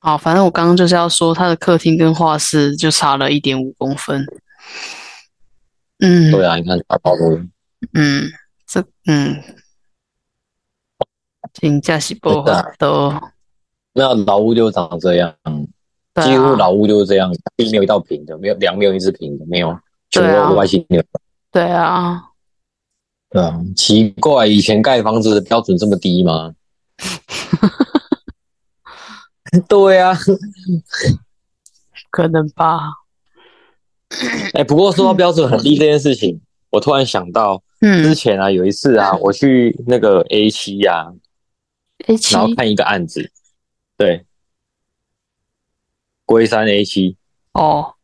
啊，反正我刚刚就是要说，他的客厅跟画室就差了一点五公分。嗯对啊，你看差好多，嗯，这嗯，真正是不真的法啊度，那老屋就长这样，对几乎啊，老屋就是这样，地没有一道平的，没有梁没有一只平的，没有，全对啊部都是外星的。对啊，对啊，奇怪，以前盖房子的标准这么低吗？ 对啊，可能吧。哎、不过说到标准很低这件事情，我突然想到之嗯前啊，有一次啊，我去那个 A 七呀、啊， ，A 七然后看一个案子，对，龟山 A 七，哦，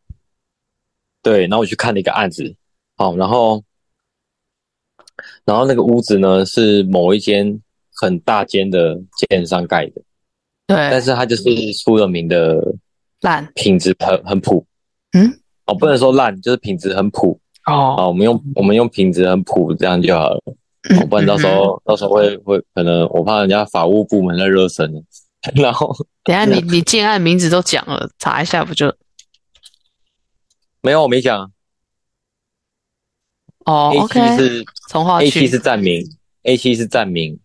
对，然后我去看了一个案子，好，然后，然后那个屋子呢是某一间很大间的建商盖的，但对，是它就是出了名的烂品质很很普，嗯，哦，不能说烂，就是品质很普，哦，好，我们用我们用品质很普这样就好了，哦，不然到时嗯嗯嗯候到时候会会可能我怕人家法务部门在热身了， 然后等一下你你建案名字都讲了，查一下不就没有我没讲哦，A ？OK，七是从化 A 七区是站名，A 七是站名，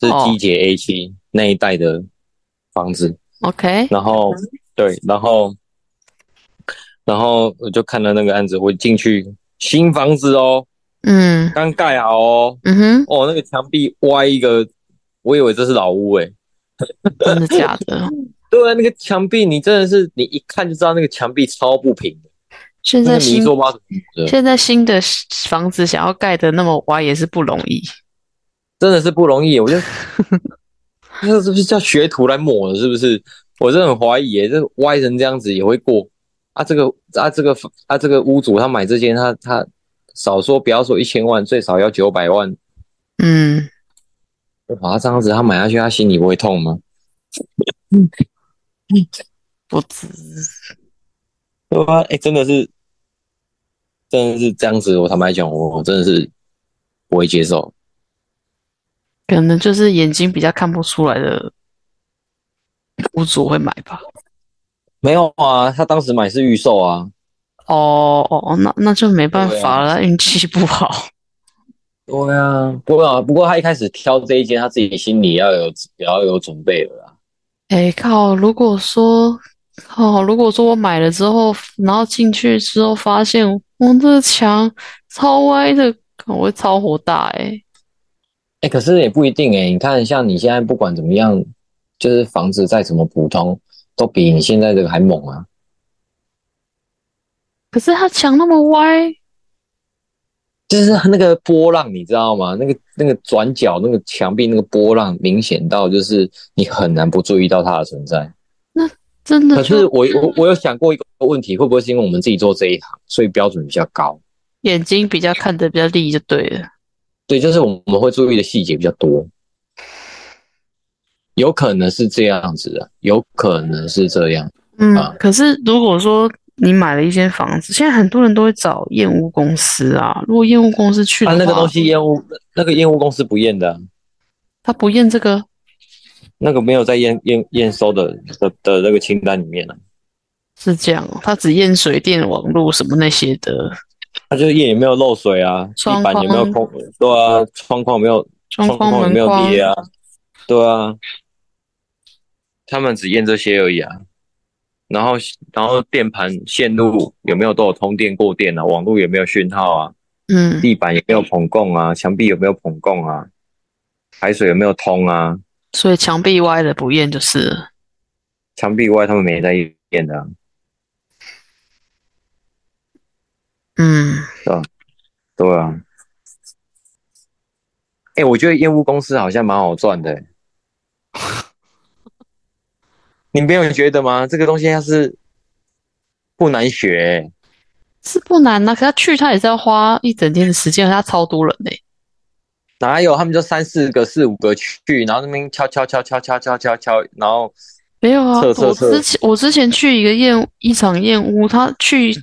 是哦机捷 A 七那一带的房子。 ，OK，然后对，然后然后我就看了那个案子，我进去新房子哦，嗯刚盖好哦，嗯哼，哦那个墙壁歪一个，我以为这是老屋诶、真的假 的？对啊，那个墙壁你真的是你一看就知道那个墙壁超不平的，现那在个泥新做挖的现在新的房子想要盖的那么歪也是不容易，真的是不容 易，我就这是不是叫学徒来抹的？是不是？我真的很怀疑耶，这歪成这样子也会过啊？这个啊这个啊这个屋主他买这间，他他少说不要说一千万，最少要九百万。嗯，哇，他这样子他买下去，他心里不会痛吗？不止，对吧？哎、真的是，真的是这样子。我坦白讲，我我真的是不会接受。可能就是眼睛比较看不出来的屋主会买吧。没有啊，他当时买是预售啊。哦哦，哦那那就没办对啊法了，他运气不好。 对啊，不过啊，不过他一开始挑这一间，他自己心里要有也要有准备了啦。哎靠！如果说，靠，如果说我买了之后，然后进去之后发现，哇，这个墙超歪的，靠我会超火大哎、哎、可是也不一定哎、你看，像你现在不管怎么样，就是房子再怎么普通，都比你现在这个还猛啊！可是它墙那么歪，就是那个波浪，你知道吗？那个那个转角，那个墙壁那个波浪，明显到就是你很难不注意到它的存在。真的可是就我我我有想过一个问题，会不会是因为我们自己做这一行，所以标准比较高？眼睛比较看得比较利就对了。对，就是我们会注意的细节比较多，有可能是这样子的，有可能是这样。嗯，啊可是如果说你买了一间房子，现在很多人都会找验屋公司啊。如果验屋公司去的啊，话，那个东西验屋，那个验屋公司不验的啊、他不验这个，那个没有在验验验收的的的那个清单里面呢、啊，是这样哦，他只验水电网络什么那些的他就是验有没有漏水啊，地窗板有没有空，对啊，窗框有没有窗框、有门没有框。裂啊，对啊，他们只验这些而已啊。然后然后电盘线路有没有都有通电过电啊，网络有没有讯号啊，嗯，地板有没有膨供啊，墙壁有没有膨供啊，排水有没有通啊，所以墙壁歪了不验就是了墙壁外他们没在验的啊、嗯，对啊，哎、我觉得业务公司好像蛮好赚的、 欸，你没有觉得吗？这个东西它是不难学、欸，是不难啊呐、可他去他也是要花一整天的时间，他超多人呢、哪有他们就三四个、四五个去，然后那边敲敲敲敲敲敲敲敲，然后没有啊，测测我测之前我之前去一个验一场验屋，他去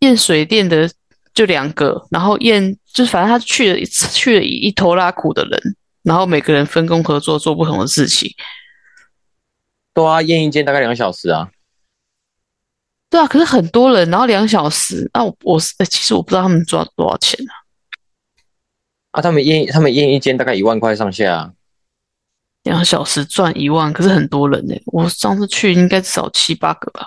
验水电的就两个，然后验就是反正他去了一去了一一头拉苦的人，然后每个人分工合作做不同的事情。对啊，验一间大概两小时啊。对啊，可是很多人，然后两小时，那、我我是、呃其实我不知道他们赚多少钱啊，啊，他们验他们验一间大概一万块上下、啊，两小时赚一万，可是很多人呢、欸我上次去应该至少七八个吧。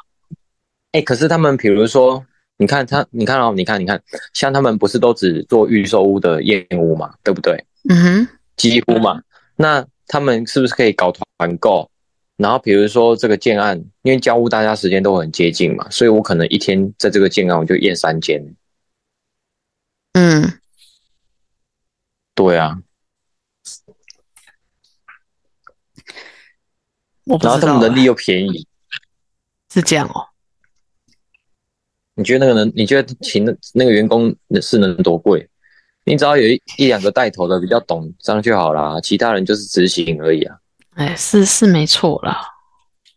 哎、可是他们比如说，你看他，你看哦，你看你看，像他们不是都只做预售屋的验屋嘛，对不对？嗯哼，几乎嘛。那他们是不是可以搞团购？然后比如说这个建案，因为交屋大家时间都很接近嘛，所以我可能一天在这个建案我就验三间。嗯，对啊，我不然后知他们道人欸力又便宜，是这样哦，你觉得那个人，你觉得请那那个员工是能多贵？你只要有一一两个带头的比较懂，这样就好啦，其他人就是执行而已啊。哎，是是没错啦。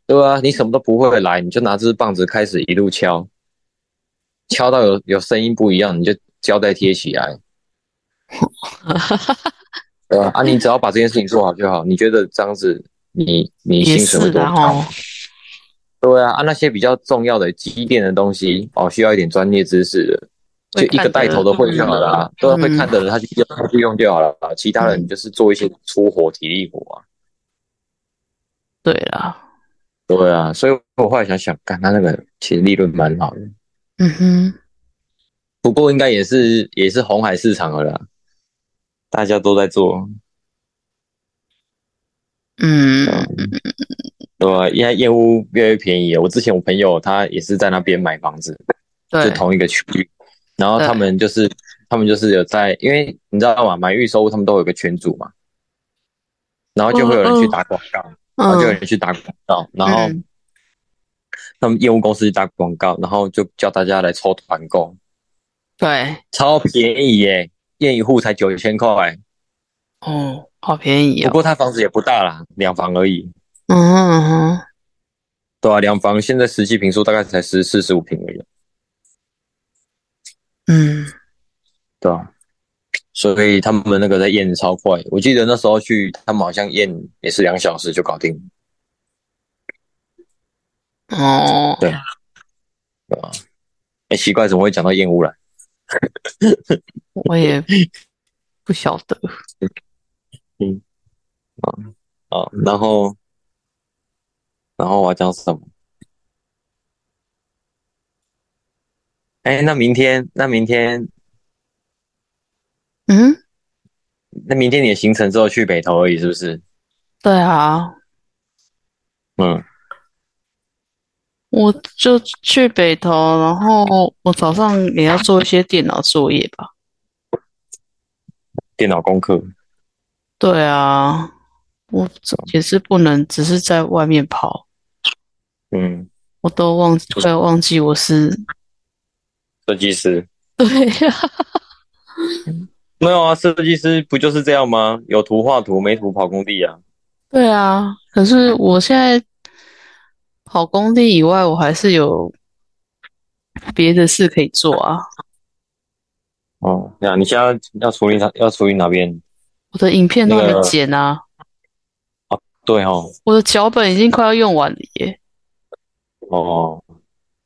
对啊，你什么都不会来，你就拿支棒子开始一路敲，敲到有有声音不一样，你就胶带贴 起来，对吧？啊，你只要把这件事情做好就好。你觉得这样子，你你也薪水会是多啦高吼？，对啊，啊那些比较重要的机电的东西哦，需要一点专业知识的，会就一看个的带头的会就好了啊，对啊，嗯会看的人他去用他去用就好了啊，其他人嗯就是做一些粗活体力活啊。对啦，对啊，所以我后来想想，干他那个其实利润蛮好的。嗯哼，不过应该也是也是红海市场了啦，大家都在做，嗯，对吧？现在业务越来越便宜了。我之前我朋友他也是在那边买房子，就对，同一个区域，然后他们就是他们就是有在，因为你知道吗？买预售屋他们都有一个群组嘛，然后就会有人去打广告，然后就有嗯人去打广告，然后嗯他们业务公司去打广告，然后就叫大家来抽团购，对，超便宜耶、验一户才九千块，哦，好便宜不哦，过他房子也不大啦，两房而已。嗯哼嗯哼，对啊，两房现在实际平数大概才十四十五平而已，嗯，对啊，所以他们那个在验超快，我记得那时候去他们好像验也是两小时就搞定，哦，对对啊，哎、奇怪，怎么会讲到验屋来？我 也不晓得，啊，然后，然后我要讲什么？哎、那明天，那明天，嗯，那明天你的行程之后去北投而已，是不是？对啊，嗯，我就去北投，然后我早上也要做一些电脑作业吧，电脑功课。对啊，我这也是不能只是在外面跑，嗯，我都忘记快要忘记我是，设计师。对呀、没有啊，设计师不就是这样吗？有图画图，没图跑工地啊。对啊，可是我现在跑工地以外，我还是有别的事可以做啊。哦，那你现在要处理哪？要处理哪边？我的影片都还没那个剪啊，对哦，我的脚本已经快要用完了耶。哦，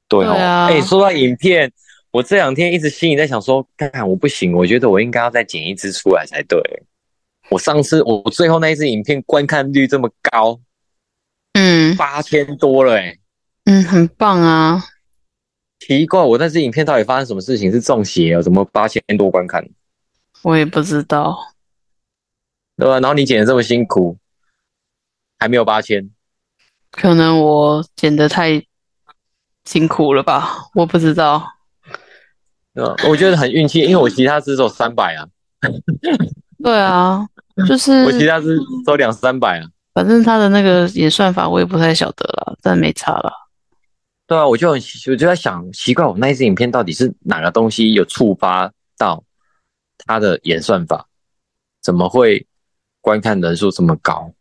对哦。对啊哎、说到影片，我这两天一直心里在想说，看我不行，我觉得我应该要再剪一支出来才对。我上次我最后那一支影片观看率这么高，嗯八千多了、哎，嗯，很棒啊。奇怪，我那支影片到底发生什么事情？是中邪哦？怎么八千多观看？我也不知道，对啊吧、然后你剪的这么辛苦，还没有八千。可能我剪得太辛苦了吧，我不知道。嗯，我觉得很运气，因为我其他只走三百啊，对啊，就我其是他只走两三百啊。反正他的那个演算法我也不太晓得啦，但没差啦。对啊，我就很我就在想，奇怪，我那一支影片到底是哪个东西有触发到它的演算法，怎么会观看人数这么高？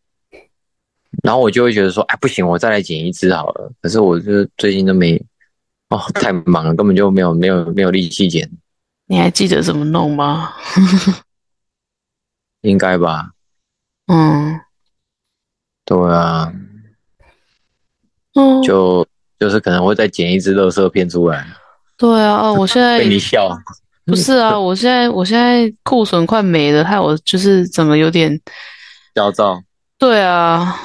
然后我就会觉得说，哎，不行，我再来剪一支好了。可是我就是最近都没，哦，太忙了，根本就没有没有没有力气剪，你还记得怎么弄吗？应该吧？嗯，对啊，嗯，就就是可能会再剪一支乐色片出来，对啊，啊我现在被你笑。不是啊，嗯我现在我现在库存快没了，害我就是怎么有点焦躁，对啊，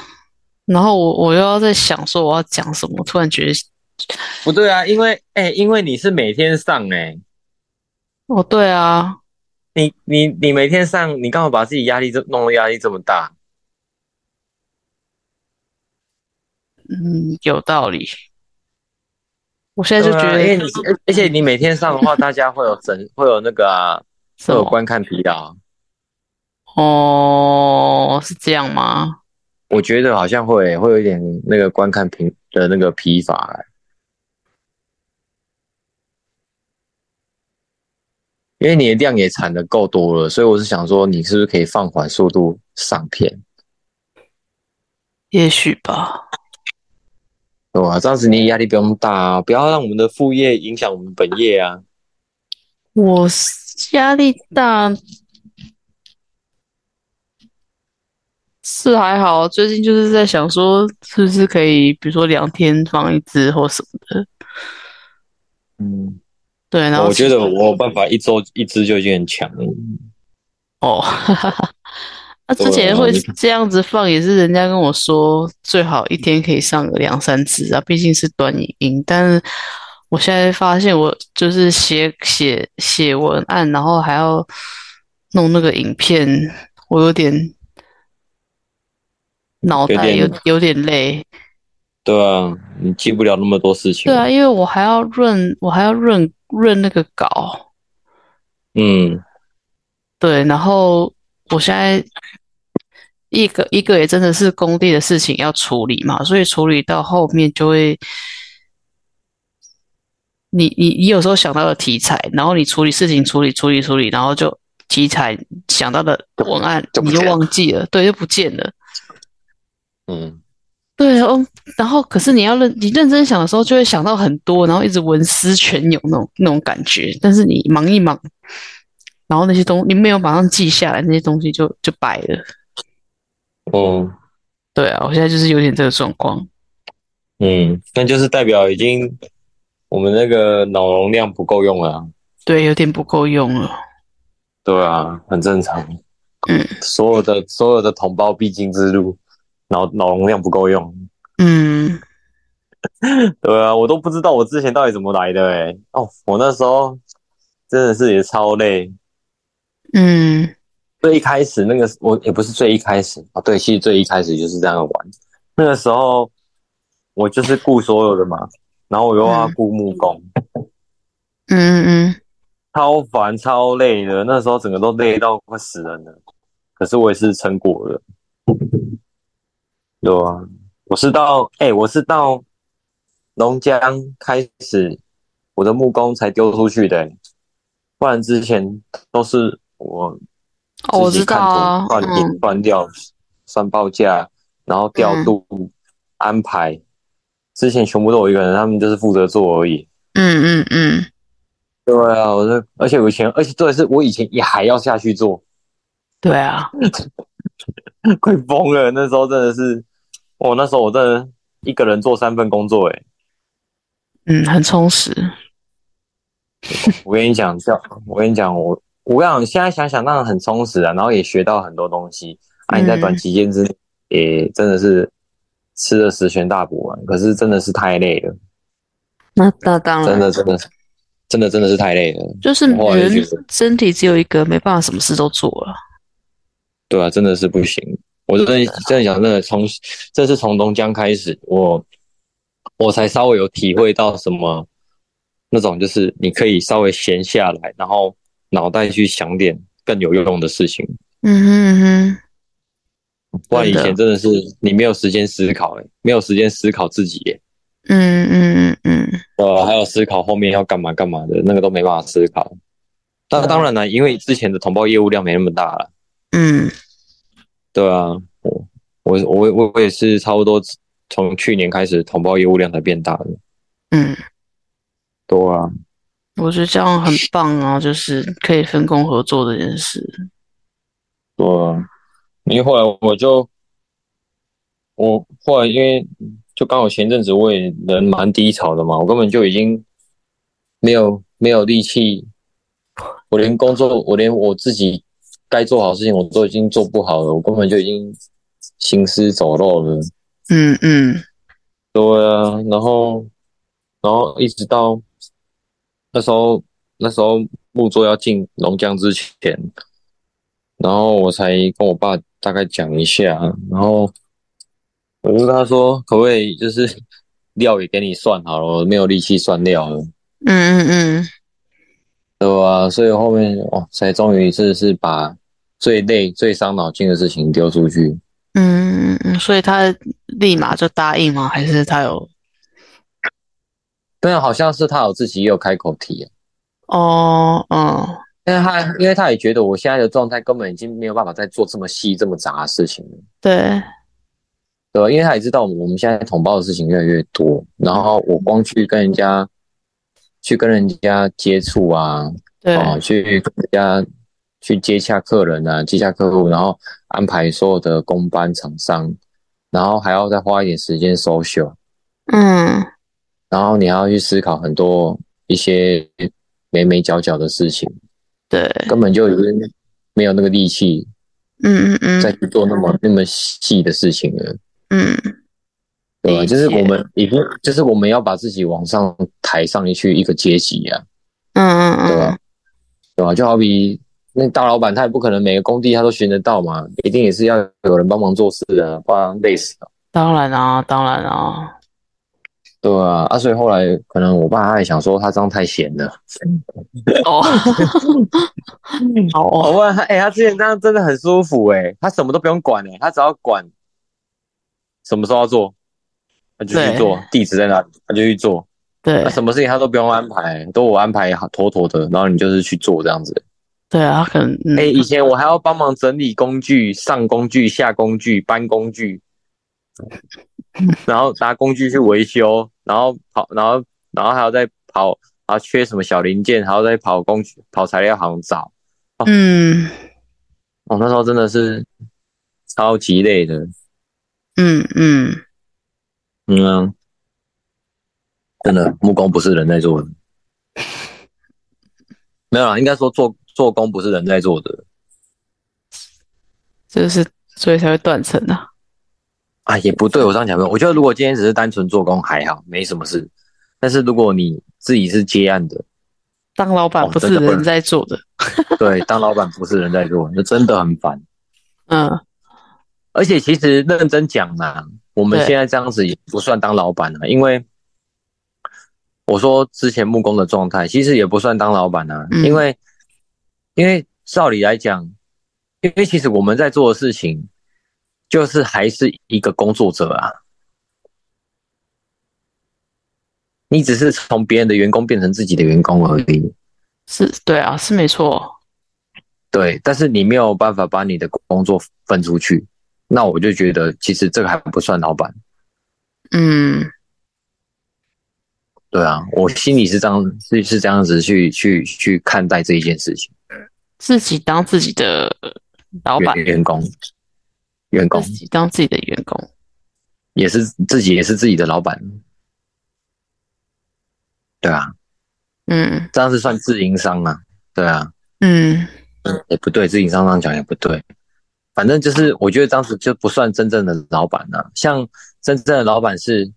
然后我我又要在想说我要讲什么，突然觉得不对啊，因为哎、因为你是每天上哎、哦，对啊，你你你每天上，你干嘛把自己压力这弄得压力这么大？嗯，有道理。我现在就对啊觉因为得你而而且你每天上的话，大家会有 神会有那个啊，什会有么观看疲劳。哦，是这样吗？我觉得好像会会有一点那个观看疲的那个疲乏、欸因为你的量也产的够多了，所以我是想说，你是不是可以放缓速度上片，也许吧。对吧？这样子你压力不用大啊，不要让我们的副业影响我们本业啊。我是压力大是还好，最近就是在想说，是不是可以，比如说两天放一只或什么的。嗯，对，然后我觉得我有办法一周一支就已经很强了。哦，哈哈哈。那对啊之前然后会你这样子放，也是人家跟我说，最好一天可以上个两三次啊，毕竟是短影音。但是我现在发现，我就是写写写文案，然后还要弄那个影片，我有点脑袋有有点有点累。对啊，你记不了那么多事情。对啊，因为我还要润，我还要润润那个稿。嗯，对，然后我现在一个一个也真的是工地的事情要处理嘛，所以处理到后面就会，你你你有时候想到的题材，然后你处理事情处理处理处理，然后就题材想到的文案就不你就见了忘记了，对，就不见了。嗯，对哦，然后可是你要认你认真想的时候，就会想到很多，然后一直文思泉涌那种那种感觉。但是你忙一忙，然后那些东你没有马上记下来，那些东西就就白了。哦，对啊，我现在就是有点这个状况。嗯，那就是代表已经我们那个脑容量不够用了啊、对，有点不够用了。对啊，很正常。嗯，所有的所有的同胞必经之路，脑脑容量不够用。嗯，对啊，我都不知道我之前到底怎么来的哎、哦，我那时候真的是也超累。嗯，最一开始那个我也不是最一开始啊，对，其实最一开始就是这样玩。那个时候我就是顾所有的嘛，然后我又要顾木工，嗯嗯嗯，超烦超累的，那时候整个都累到快死人了。可是我也是撑过了，对啊，我是到哎、我是到龙江开始我的木工才丢出去的、不然之前都是我哦，我自己知道看啊图，断嗯品断料、算报价，然后调度、嗯安排，之前全部都我一个人，他们就是负责做而已。嗯嗯嗯，对啊，我这而且我以前，而且重点是我以前也还要下去做， 对啊，快疯了。那时候真的是，我那时候我真的一个人做三份工作、欸，嗯，很充实。我跟你讲，这样我跟你讲，我我跟你讲，现在想想当然很充实啊，然后也学到很多东西。啊，你在嗯短期间之内也真的是吃了十全大补丸，可是真的是太累了，那那当然，真的真的真的真的是太累了。就是我后来就人觉得身体只有一个，没办法什么事都做了。对啊，真的是不行。我真的真的讲，真的从这是从东江开始，我我才稍微有体会到什么那种，就是你可以稍微闲下来，然后脑袋去想点更有用的事情。嗯哼嗯哼，不然以真前的真的是你没有时间思考、欸，没有时间思考自己、欸，嗯嗯嗯嗯，呃，还有思考后面要干嘛干嘛的，那个都没办法思考。那嗯当然了，因为之前的同胞业务量没那么大了，嗯，对啊，我我我我我也是差不多从去年开始，同胞业务量才变大的，嗯。对啊，我觉得这样很棒啊，就是可以分工合作这件事。对啊。因为后来我就我后来因为就刚好前阵子我也人蛮低潮的嘛，我根本就已经没有没有力气，我连工作，我连我自己该做好事情我都已经做不好了，我根本就已经行尸走肉了。嗯嗯对啊，然后，然后一直到那时候，那时候木作要进龙江之前，然后我才跟我爸大概讲一下，然后我就跟他说，可不可以就是料也给你算好了，我没有力气算料了，嗯嗯嗯，对吧？所以后面哦，才终于是是把最累、最伤脑筋的事情丢出去。嗯嗯嗯，所以他立马就答应吗？还是他有？但好像是他有自己也有开口提啊哦，嗯因为他，因为他也觉得我现在的状态根本已经没有办法再做这么细、这么杂的事情了，对，对吧？因为他也知道我们我们现在同胞的事情越来越多，然后我光去跟人家去跟人家接触啊，对，哦，去跟人家去接洽客人啊，接洽客户，然后安排所有的工班厂商，然后还要再花一点时间 social，嗯然后你还要去思考很多一些眉眉角角的事情，对，根本就已经没有那个力气嗯嗯嗯再去做那么那么细的事情了，嗯，对吧？理解就是我们已经，就是我们要把自己往上抬上去一个阶级啊，嗯嗯对啊吧？嗯，对吧？就好比那大老板，他也不可能每个工地他都寻得到嘛，一定也是要有人帮忙做事啊，不然累死了，当然啊，当然啊，对吧？啊，所以后来可能我爸他也想说他这样太闲了，哦，好 哦， 哦，不然他哎、他之前这样真的很舒服哎、他什么都不用管哎、他只要管什么时候要做，他就去对做，地址在哪里，他就去做。对那什么事情他都不用安排，都我安排好妥妥的，然后你就是去做这样子。对啊，他可能嗯哎、以前我还要帮忙整理工具，上工具、下工具、搬工具，然后拿工具去维修，然后跑，然后然后还要再跑，然后缺什么小零件，还要再跑工具、跑材料行找。嗯哦，那时候真的是超级累的，嗯嗯，嗯、啊，真的木工不是人在做的，没有啦，应该说做做工不是人在做的。就是所以才会断层啊，啊，也不对，我这样讲没有。我觉得如果今天只是单纯做工还好，没什么事。但是如果你自己是接案的，当老板哦不真是的不人能在做的，对，当老板不是人在做，那真的很烦。嗯，而且其实认真讲啦、我们对现在这样子也不算当老板了、啊因为我说之前木工的状态，其实也不算当老板啊，嗯因为因为照理来讲，因为其实我们在做的事情，就是还是一个工作者啊。你只是从别人的员工变成自己的员工而已，是，对啊，是没错，对，但是你没有办法把你的工作分出去，那我就觉得其实这个还不算老板。嗯对啊，我心里是这样，是是这样子去去去看待这一件事情。自己当自己的老板，员员工，员工自己当自己的员工，也是自己，也是自己的老板。对啊，嗯这样是算自营商啊。对啊，嗯也不对，自营商这样讲也不对。反正就是，我觉得这样子就不算真正的老板啊。像真正的老板是，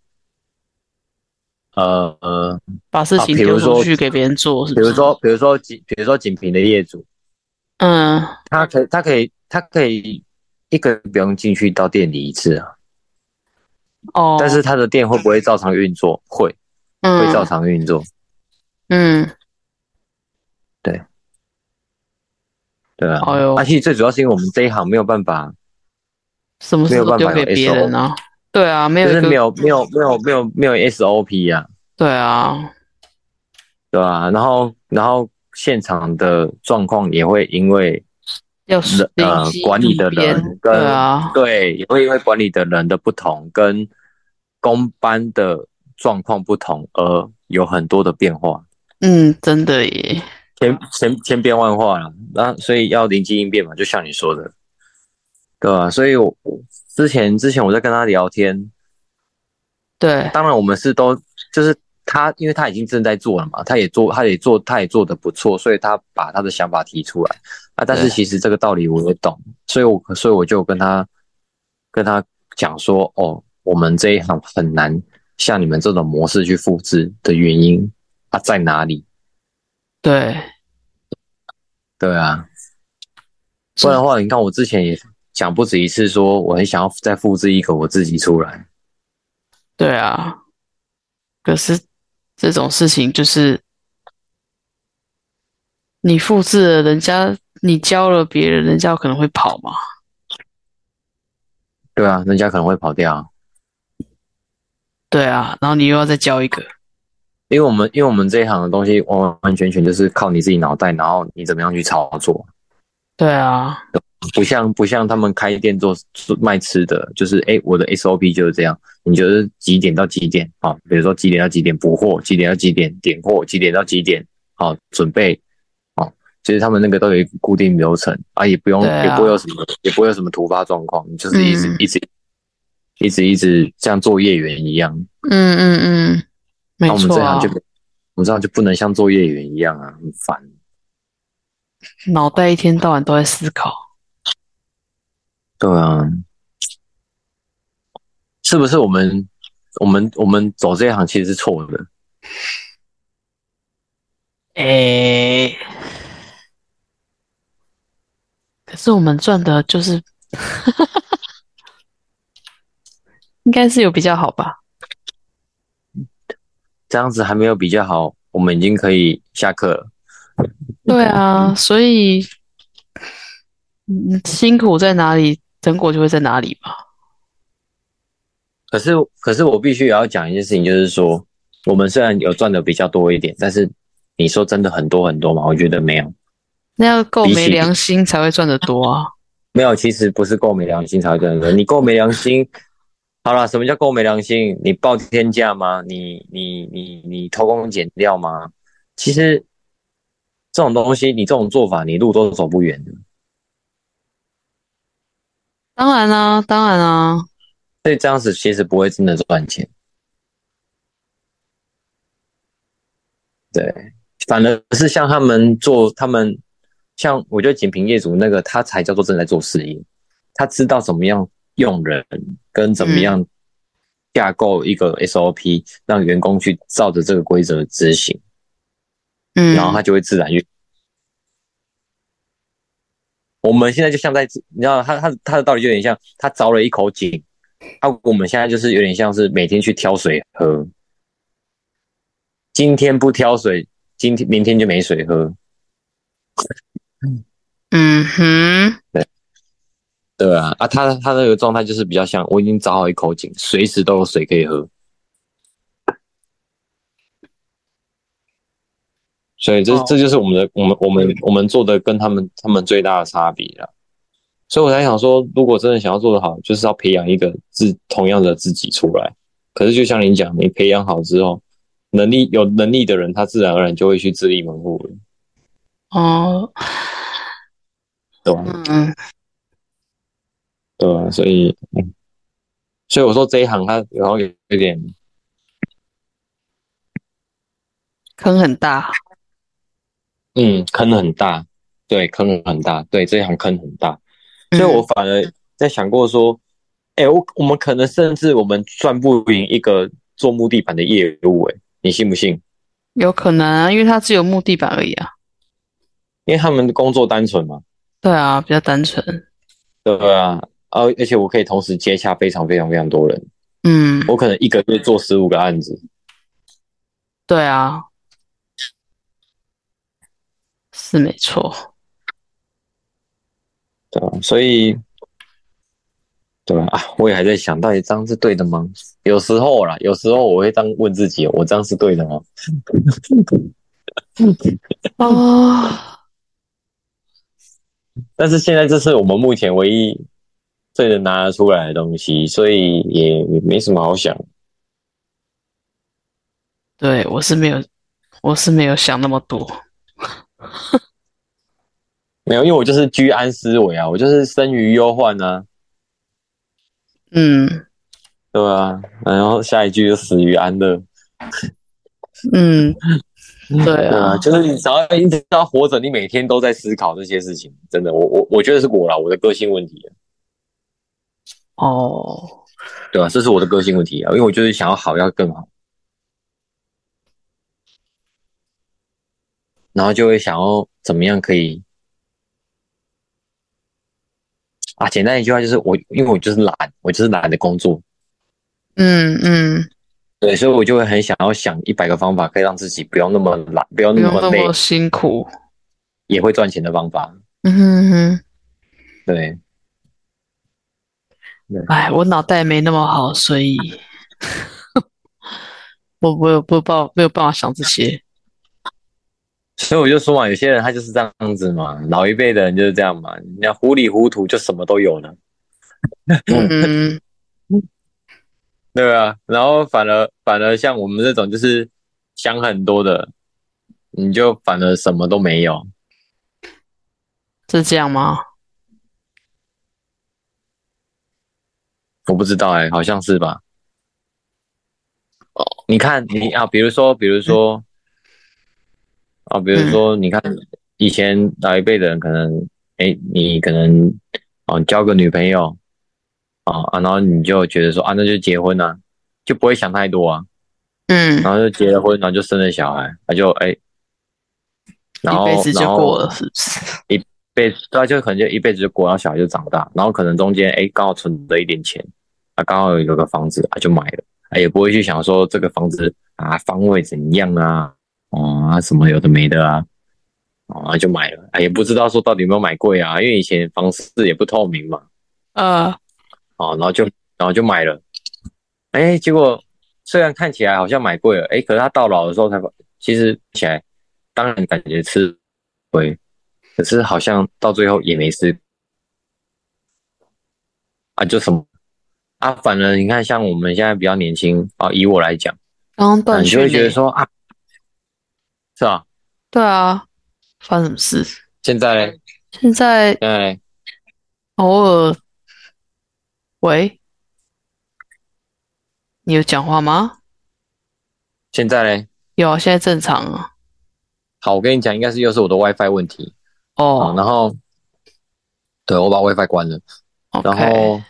呃呃，把事啊情比如丢出说去给别人做，是比不如是？说，比如说锦，比如说锦屏的业主，嗯，他可他可以他可以一个月不用进去到店里一次啊，哦，但是他的店会不会照常运作？会，会照嗯常运作。嗯，对啊，哎呦而且最主要是因为我们这一行没有办法，什么事没有都办丢法给有别人啊，对啊，没就有一是个，没有没有没有没有没有 SOP 呀、啊，对啊，对吧、然后然后现场的状况也会因为要人呃灵机管理应的人变跟对啊，对也会因为管理的人的不同跟工班的状况不同而有很多的变化。嗯，真的耶，千千千变万化了，那所以要灵机应变嘛，就像你说的，啊对吧、所以我之前之前我在跟他聊天，对，当然我们是都就是他，因为他已经正在做了嘛，他也做，他也做，他也做的不错，所以他把他的想法提出来啊。但是对其实这个道理我也懂，所以我所以我就跟他跟他讲说，哦，我们这一行很难像你们这种模式去复制的原因啊在哪里？对，对啊，不然的话，你看我之前也讲不止一次，说我很想要再复制一个我自己出来。对啊，可是这种事情就是你复制了人家，你教了别人，人家可能会跑嘛。对啊，人家可能会跑掉啊，对啊，然后你又要再教一个。因为我们因为我们这一行的东西完完完全全就是靠你自己脑袋，然后你怎么样去操作，对啊，不像不像他们开店做做卖吃的，就是哎、诶我的 SOP 就是这样，你就是几点到几点啊、比如说几点到几点补货，几点到几点点货，几点到几点好、准备好、其实他们那个都有一个固定流程啊，也不用、对啊也不会有什么也不会有什么突发状况，你就是一直、嗯一直一直一直像作业员一样，嗯嗯嗯，没那我们错这啊行就，我们这行就不能像作业员一样啊，很烦。脑袋一天到晚都在思考。对啊，是不是我们我们我们走这一行其实是错的？诶，可是我们赚的就是， 应该是有比较好吧？这样子还没有比较好，我们已经可以下课了。对啊，所以，嗯，辛苦在哪里，成果就会在哪里吧。可是可是我必须也要讲一件事情，就是说，我们虽然有赚的比较多一点，但是你说真的很多很多吗？我觉得没有，那要够比没起良心才会赚得多啊。没有，其实不是够没良心才会赚的。你够没良心， 好了，什么叫够没良心？你报天价吗？你你你你偷工减料吗？其实这种东西，你这种做法，你路都走不远的。当然啊，当然啊，所以这样子其实不会真的赚钱。对，反而是像他们做，他们像我觉得锦屏业主那个，他才叫做正在做事业，他知道怎么样用人跟怎么样架构一个 SOP，、让员工去照着这个规则执行，嗯，然后他就会自然运。我们现在就像在，你知道他他他的道理就有点像他凿了一口井，啊，我们现在就是有点像是每天去挑水喝，今天不挑水，今天明天就没水喝，嗯哼，对啊，啊，他他那个状态就是比较像我已经凿好一口井，随时都有水可以喝，所以这、哦这就是我们的我们我们我们做的跟他们他们最大的差别了。所以我才想说，如果真的想要做得好，就是要培养一个自同样的自己出来。可是就像你讲，你培养好之后，能力有能力的人，他自然而然就会去自立门户了，哦，懂吗？嗯，对啊，所以，嗯，所以我说这一行它然后有有点坑很大，嗯，坑很大，对，坑很大，对，这一行坑很大，所以我反而在想过说，哎、我我们可能甚至我们赚不赢一个做木地板的业务、诶，你信不信？有可能啊，因为它只有木地板而已啊。因为他们的工作单纯嘛，对啊，比较单纯。对啊，而而且我可以同时接洽非常非常非常多人，嗯，我可能一个月做十五个案子，对啊，是没错。对啊，所以，对吧？啊，我也还在想，到底这样是对的吗？有时候啦，有时候我会这样问自己，我这样是对的吗？哦，但是现在这是我们目前唯一最能拿得出来的东西，所以也没什么好想。对，我是没有，我是没有想那么多。没有，因为我就是居安思危啊，我就是生于忧患啊。嗯，对啊，然后下一句就死于安乐，嗯，对对啊啊，，就是你只要你只要活着，你每天都在思考这些事情，真的，我我我觉得是我啦，我的个性问题，哦，对啊，这是我的个性问题啊，因为我就是想要好，要更好，然后就会想要怎么样可以啊，简单一句话就是我，因为我就是懒，我就是懒得工作，嗯嗯，对，所以我就会很想要想一百个方法，可以让自己不要那么懒，不要不那用么那累，么辛苦，也会赚钱的方法，嗯哼哼，对，哎，我脑袋没那么好，所以 我我有不办没有办法想这些，所以我就说嘛，有些人他就是这样子嘛，老一辈的人就是这样嘛，你看糊里糊涂就什么都有了。嗯，对啊，然后反而反而像我们这种就是想很多的，你就反而什么都没有。 是这样吗？我不知道哎、好像是吧？哦，你看你啊，比如说，比如说，啊，比如说，你看以前老一辈的人可能，哎、你可能哦交个女朋友，啊啊，然后你就觉得说啊，那就结婚啊，就不会想太多啊，嗯，然后就结了婚，然后就生了小孩，他就哎、然后一辈子就然后过了，是不是？ 辈子，对啊，就可能就一辈子就过，然后小孩就长大，然后可能中间哎刚好存了一点钱，啊刚好有个房子啊就买了，啊也不会去想说这个房子啊方位怎样啊，哦啊什么有的没的啊，哦啊就买了，啊也不知道说到底有没有买贵啊，因为以前房市也不透明嘛，呃，哦然后就然后就买了，哎结果虽然看起来好像买贵了，哎可是他到老的时候才发，其实起来当然感觉吃亏，可是好像到最后也没吃啊，就什么啊，反正你看，像我们现在比较年轻啊，以我来讲，刚刚啊断你就讯欸会觉得嘞，说啊，是啊，对啊，发生什么事？现在嘞，现在现在嘞，偶尔，喂，你有讲话吗？现在嘞，有啊，现在正常啊。好，我跟你讲，应该是又是我的 WiFi 问题啊，哦然后对我把 WiFi 关了。啊然，OK，后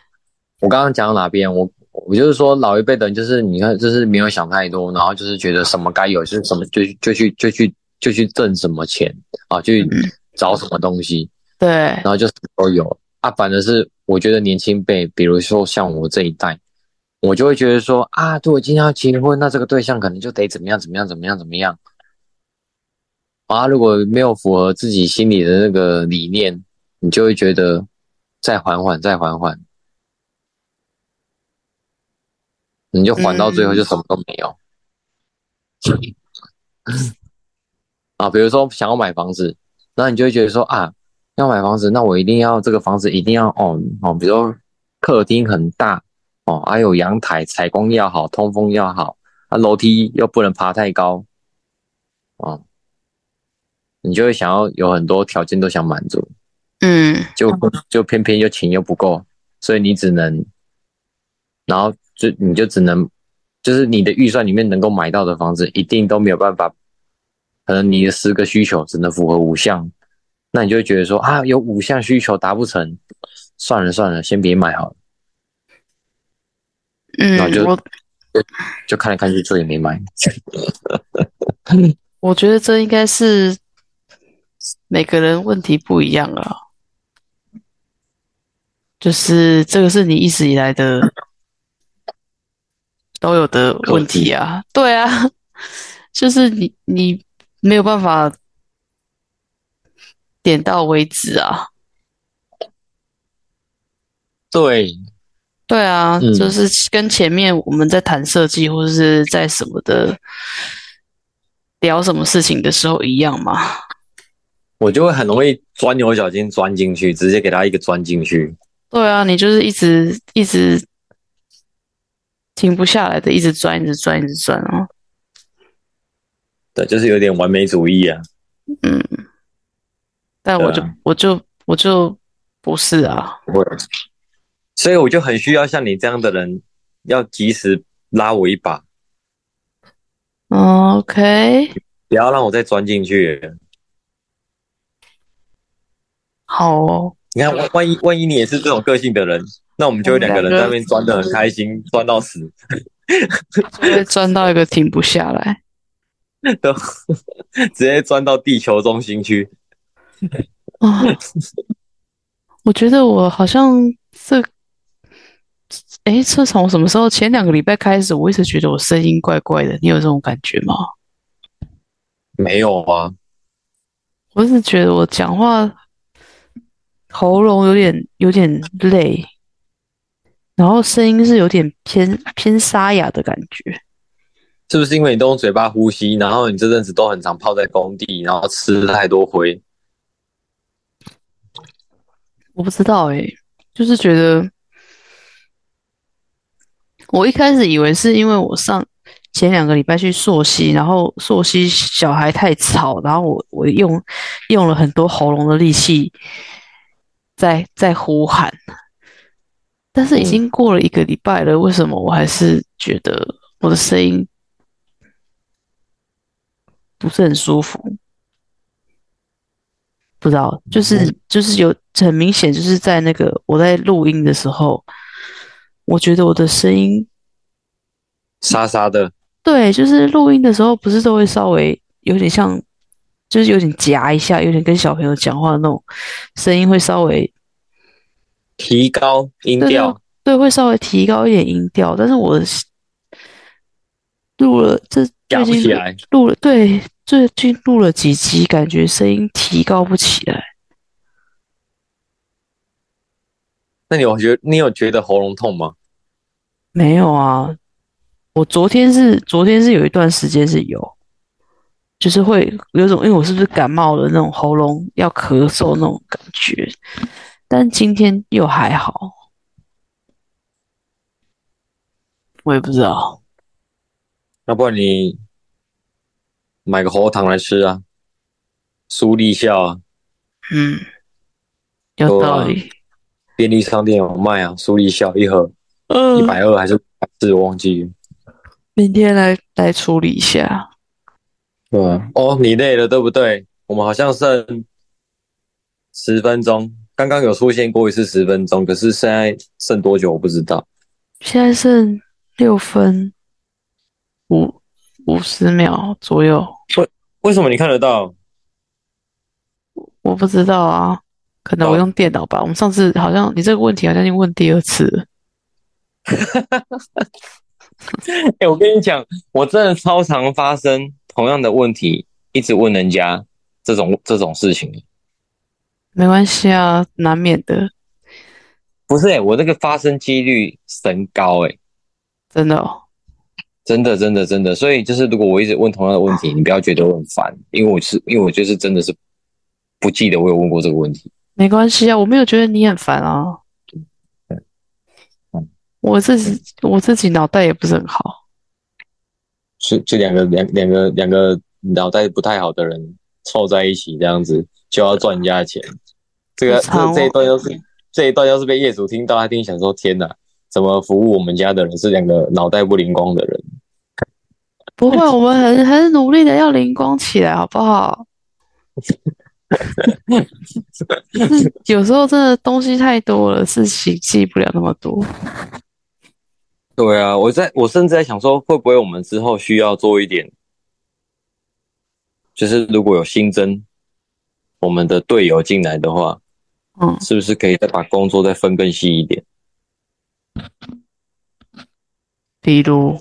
我刚刚讲到哪边？我我就是说老一辈的人，就是你看，就是没有想太多，然后就是觉得什么该有就是什么就就去就去就去挣什么钱啊，去嗯找什么东西，对然，后就什么都有啊。反而是我觉得年轻辈，比如说像我这一代，我就会觉得说啊，对我今天要结婚，那这个对象可能就得怎么样怎么样怎么样怎么样。啊，如果没有符合自己心里的那个理念，你就会觉得再缓缓，再缓缓，你就缓到最后就什么都没有。啊，比如说想要买房子，那你就会觉得说啊，要买房子，那我一定要这个房子一定要哦哦，比如说客厅很大哦，还、有阳台，采光要好，通风要好，啊，楼梯又不能爬太高，哦，你就会想要有很多条件都想满足，嗯，就就偏偏又钱又不够，所以你只能，然后就你就只能，就是你的预算里面能够买到的房子，一定都没有办法，可能你的十个需求只能符合五项，那你就会觉得说啊，有五项需求达不成，算了算了，先别买好了，然后嗯，就我就看来看去，最后也没买。 我觉得这应该是每个人问题不一样啊，就是这个是你一直以来 的都有的问题啊，对啊，就是你你没有办法点到为止啊，对，对啊，嗯就是跟前面我们在谈设计或者是在什么的聊什么事情的时候一样嘛，我就会很容易钻牛角尖，钻进去，直接给他一个钻进去。对啊，你就是一直一直停不下来的，一直转，一直转，一直转啊。对，就是有点完美主义啊。嗯，但我就、对啊我就我就不是啊，不会，所以我就很需要像你这样的人要及时拉我一把，哦 OK，不要让我再钻进去。好 哦，你看，万万一万一你也是这种个性的人，那我们就会两个人在那边钻的很开心，钻到死。就会钻到一个停不下来。都 直接钻到地球中心去。啊， 我觉得我好像这，诶，自从什么时候？前两个礼拜开始，我一直觉得我声音怪怪的。你有这种感觉吗？没有啊，我是觉得我讲话喉咙有点有点累，然后声音是有点偏偏沙哑的感觉。是不是因为你都用嘴巴呼吸，然后你这阵子都很常泡在工地，然后吃太多灰？我不知道诶、就是觉得我一开始以为是因为我上前两个礼拜去溯溪，然后溯溪小孩太吵，然后我我用用了很多喉咙的力气在在呼喊，但是已经过了一个礼拜了，为什么我还是觉得我的声音不是很舒服？不知道，就是就是有很明显，就是在那个我在录音的时候，我觉得我的声音，沙沙的，对，就是录音的时候不是都会稍微有点像，就是有点夹一下，有点跟小朋友讲话的那种声音会稍微提高音对调，对，会稍微提高一点音调，但是我的录了这夹啊最不近起来。录了对最近录了几集，感觉声音提高不起来。那你有觉你有觉得喉咙痛吗？没有啊，我昨天是昨天是有一段时间是有，就是会有种，因为我是不是感冒了那种喉咙要咳嗽那种感觉，但今天又还好，我也不知道，要不然你买个喉糖来吃啊，舒立效啊，嗯，有道理，便利商店有卖啊，舒立效一盒哦一嗯，百二还是四，我忘记了。明天来来处理一下，对啊，哦，你累了对不对？我们好像剩十分钟，刚刚有出现过一次十分钟，可是现在剩多久我不知道。现在剩六分五五十秒左右，为什么你看得到？我不知道啊，可能我哦用电脑吧。我们上次好像你这个问题好像已经问第二次了， 哎、我跟你讲，我真的超常发生同样的问题，一直问人家这种这种事情。没关系啊，难免的，不是哎、我这个发生几率神高哎、真的哦。真的真的真的。所以就是如果我一直问同样的问题，你不要觉得我很烦，因为我是因为我就是真的是不记得我有问过这个问题。没关系啊，我没有觉得你很烦啊嗯。我自己我自己脑袋也不是很好，就就两个两两个两个脑袋不太好的人凑在一起这样子，就要赚人家的钱。这个好惨哦这这一段要是这一段要是被业主听到，他一定想说：天哪，怎么服务我们家的人是两个脑袋不灵光的人？不会，我们很很努力的要灵光起来，好不 好？是有时候真的东西太多了，事情记不了那么多。对啊，我在我甚至在想说，会不会我们之后需要做一点，就是如果有新增我们的队友进来的话，嗯，是不是可以再把工作再分更细一点？比如，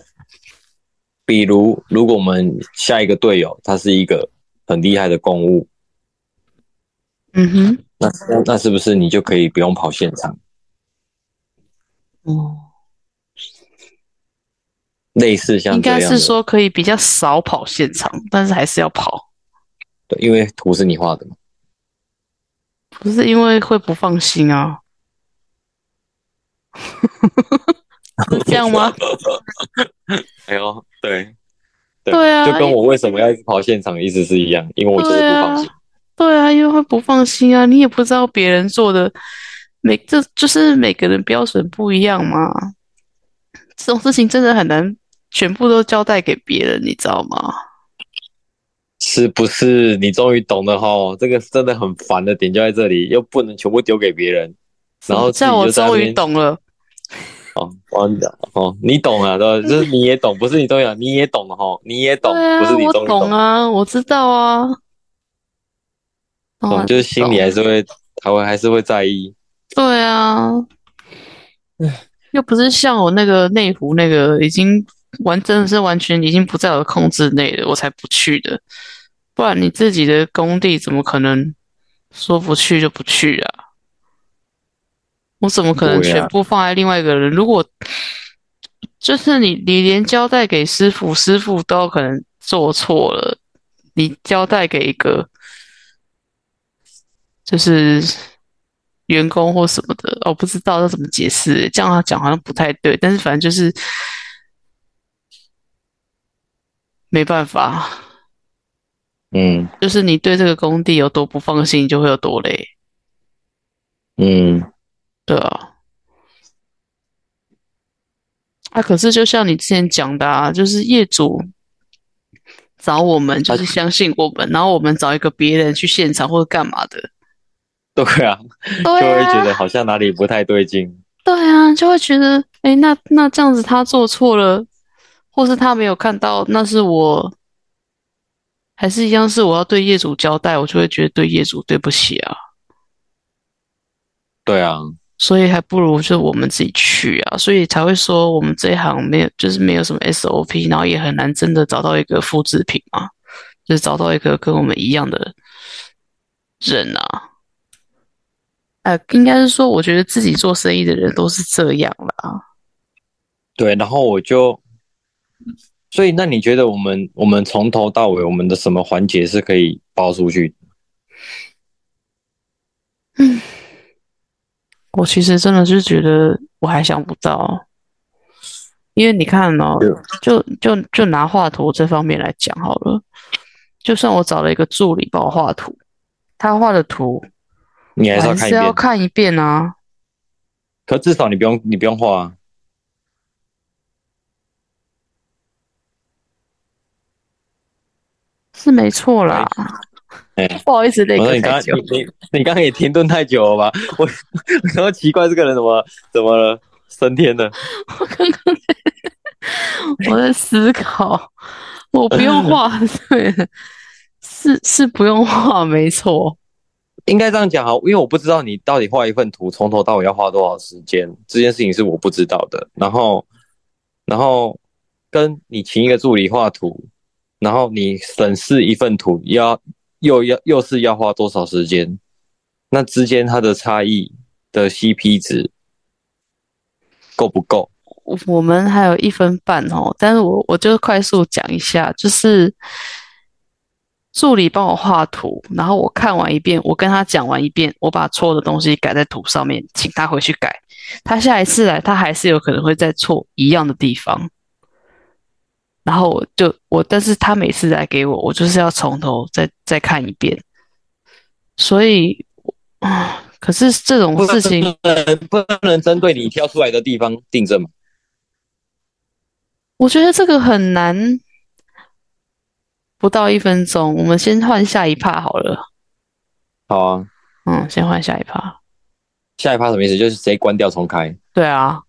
比如，如果我们下一个队友他是一个很厉害的公务，嗯哼，那那那是不是你就可以不用跑现场？哦。类似像应这该样是的，说可以比较少跑现场，但是还是要跑，对，因为图是你画的嘛。不是因为会不放心 啊？是这样吗？哎呦，对，对啊，就跟我为什么要一直跑现场意思是一样，因为我就是不放心。对啊，因为会不放心啊，你也不知道别人做的每这就是每个人标准不一样嘛。这种事情真的很难全部都交代给别人，你知道吗？是不是？你终于懂了哈，这个真的很烦的点就在这里，又不能全部丢给别人，然后这样我自己就在那终于边懂了，哦，我懂哦，你懂 了，对吧，就是你也懂，不是你懂了，你也懂了哈，你也懂，对啊，不是你我终于懂啊，我知道啊。懂哦，就是心里还是会，还会还是会在意。对啊，又不是像我那个内湖那个已经完真的是完全已经不在我的控制内了，我才不去的。不然你自己的工地怎么可能说不去就不去啊？我怎么可能对啊全部放在另外一个人？如果就是你，你连交代给师傅，师傅都有可能做错了，你交代给一个就是员工或什么的，我、不知道要怎么解释，这样讲好像不太对，但是反正就是没办法，嗯就是你对这个工地有多不放心，你就会有多累，嗯，对啊。啊，可是就像你之前讲的啊，就是业主找我们，就是相信我们，然后我们找一个别人去现场或者干嘛的，对啊，就对会啊，觉得好像哪里不太对劲。对啊，就会觉得，哎，那那这样子他做错了，或是他没有看到，那是我，还是一样是我要对业主交代，我就会觉得对业主对不起啊，对啊，所以还不如就我们自己去啊，所以才会说我们这一行没有，就是没有什么 SOP，然后也很难真的找到一个复制品嘛，就是找到一个跟我们一样的人啊。呃，应该是说，我觉得自己做生意的人都是这样啦。对，然后我就，所以那你觉得我们我们从头到尾我们的什么环节是可以包出去？我其实真的是觉得我还想不到，哦因为你看哦对，就就就拿画图这方面来讲好了，就算我找了一个助理帮我画图，他画的图你还是我要还看一是要遍，看一遍啊。可至少你不用你不用画啊。是没错啦哎，不好意思，那我说个你太刚刚久，你你你刚刚也停顿太久了吧？ 我我想说奇怪，这个人怎么怎么了？升天了？我刚刚在我在思考，我不用画， 对，是是不用画，没错，应该这样讲哈，因为我不知道你到底画一份图从头到尾要花多少时间，这件事情是我不知道的。然后，然后跟你请一个助理画图，然后你审视一份图要又要又是要花多少时间，那之间它的差异的 CP 值够不够？我们还有一分半哦，但是我我就快速讲一下，就是助理帮我画图，然后我看完一遍，我跟他讲完一遍，我把错的东西改在图上面，请他回去改。他下一次来，他还是有可能会再错一样的地方。然后我就我，但是他每次来给我，我就是要从头再再看一遍。所以，啊，可是这种不事情，能不能针对你挑出来的地方订正嘛？我觉得这个很难，不到一分钟，我们先换下一趴好了。好啊，嗯，先换下一趴。下一趴什么意思？就是直接关掉重开。对啊，